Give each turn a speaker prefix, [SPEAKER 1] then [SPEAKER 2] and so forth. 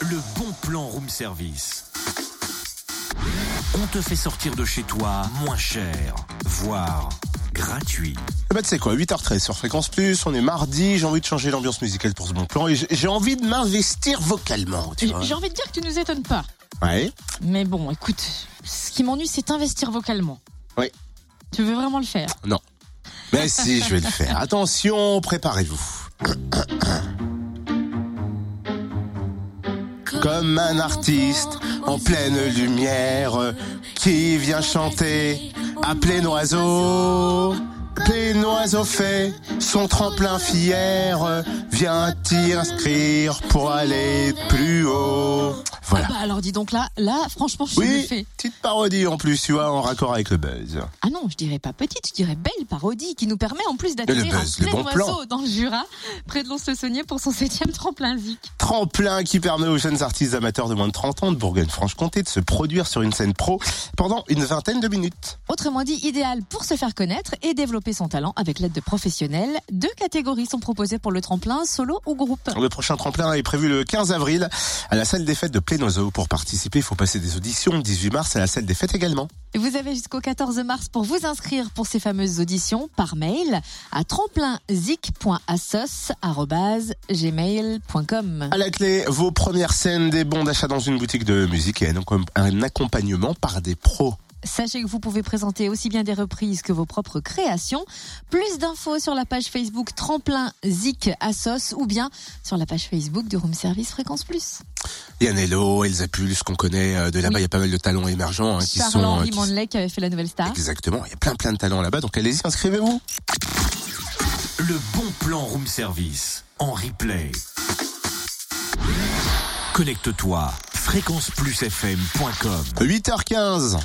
[SPEAKER 1] le bon plan room service. On te fait sortir de chez toi moins cher, voire gratuit.
[SPEAKER 2] Eh ben, tu sais quoi, 8h13 sur Fréquence Plus, on est mardi, j'ai envie de changer l'ambiance musicale pour ce bon plan et j'ai- j'ai envie de m'investir vocalement, tu
[SPEAKER 3] J'ai
[SPEAKER 2] vois.
[SPEAKER 3] j'ai envie de dire que tu nous étonnes pas.
[SPEAKER 2] Ouais.
[SPEAKER 3] Mais bon, écoute, ce qui m'ennuie, c'est investir vocalement.
[SPEAKER 2] Oui.
[SPEAKER 3] Tu veux vraiment le faire
[SPEAKER 2] Mais Ben si, je vais le faire. Attention, préparez-vous. Comme un artiste en pleine lumière qui vient chanter à plein oiseau. Plein oiseau fait son tremplin fier. Vient t'y inscrire pour aller plus haut. Voilà.
[SPEAKER 3] Ah bah alors dis donc là, là, franchement, je suis
[SPEAKER 2] Oui,
[SPEAKER 3] bluffée.
[SPEAKER 2] petite parodie en plus, tu vois, en raccord avec le buzz.
[SPEAKER 3] Ah non, je dirais pas petite, je dirais belle parodie qui nous permet en plus
[SPEAKER 2] Le
[SPEAKER 3] d'atterrir en
[SPEAKER 2] buzz, le
[SPEAKER 3] plein
[SPEAKER 2] bon plan.
[SPEAKER 3] oiseau dans le Jura, près de Lons-le-Saunier pour son septième tremplin zik.
[SPEAKER 2] tremplin qui permet aux jeunes artistes amateurs de moins de 30 ans de Bourgogne-Franche-Comté de se produire sur une scène pro pendant une vingtaine de minutes.
[SPEAKER 3] Autrement dit, idéal pour se faire connaître et développer son talent avec l'aide de professionnels. Deux catégories sont proposées pour le tremplin, solo ou groupe.
[SPEAKER 2] Le prochain tremplin est prévu le 15 avril à la salle des fêtes de Plénoiseau. Pour participer, il faut passer des auditions le 18 mars à la salle des fêtes également.
[SPEAKER 3] Vous avez jusqu'au 14 mars pour vous inscrire pour ces fameuses auditions par mail à tremplinzik.assos.gmail.com.
[SPEAKER 2] À la clé, vos premières scènes des bons d'achat dans une boutique de musique et donc un accompagnement par des pros.
[SPEAKER 3] Sachez que vous pouvez présenter aussi bien des reprises que vos propres créations. Plus d'infos sur la page Facebook Tremplin Zik Assos ou bien sur la page Facebook du Room Service Fréquence Plus.
[SPEAKER 2] Yanello, Elsa Pulse, qu'on connaît euh, de là-bas, il
[SPEAKER 3] Oui.
[SPEAKER 2] y a pas mal de talents émergents hein, qui sont... euh,
[SPEAKER 3] Charles-Henri
[SPEAKER 2] qui-
[SPEAKER 3] Mandelet qui avait fait la nouvelle star.
[SPEAKER 2] Exactement, il y a plein plein de talents là-bas, donc allez-y, inscrivez-vous.
[SPEAKER 1] Le bon plan room service en replay. Connecte-toi fréquenceplusfm.com.
[SPEAKER 2] 8h15.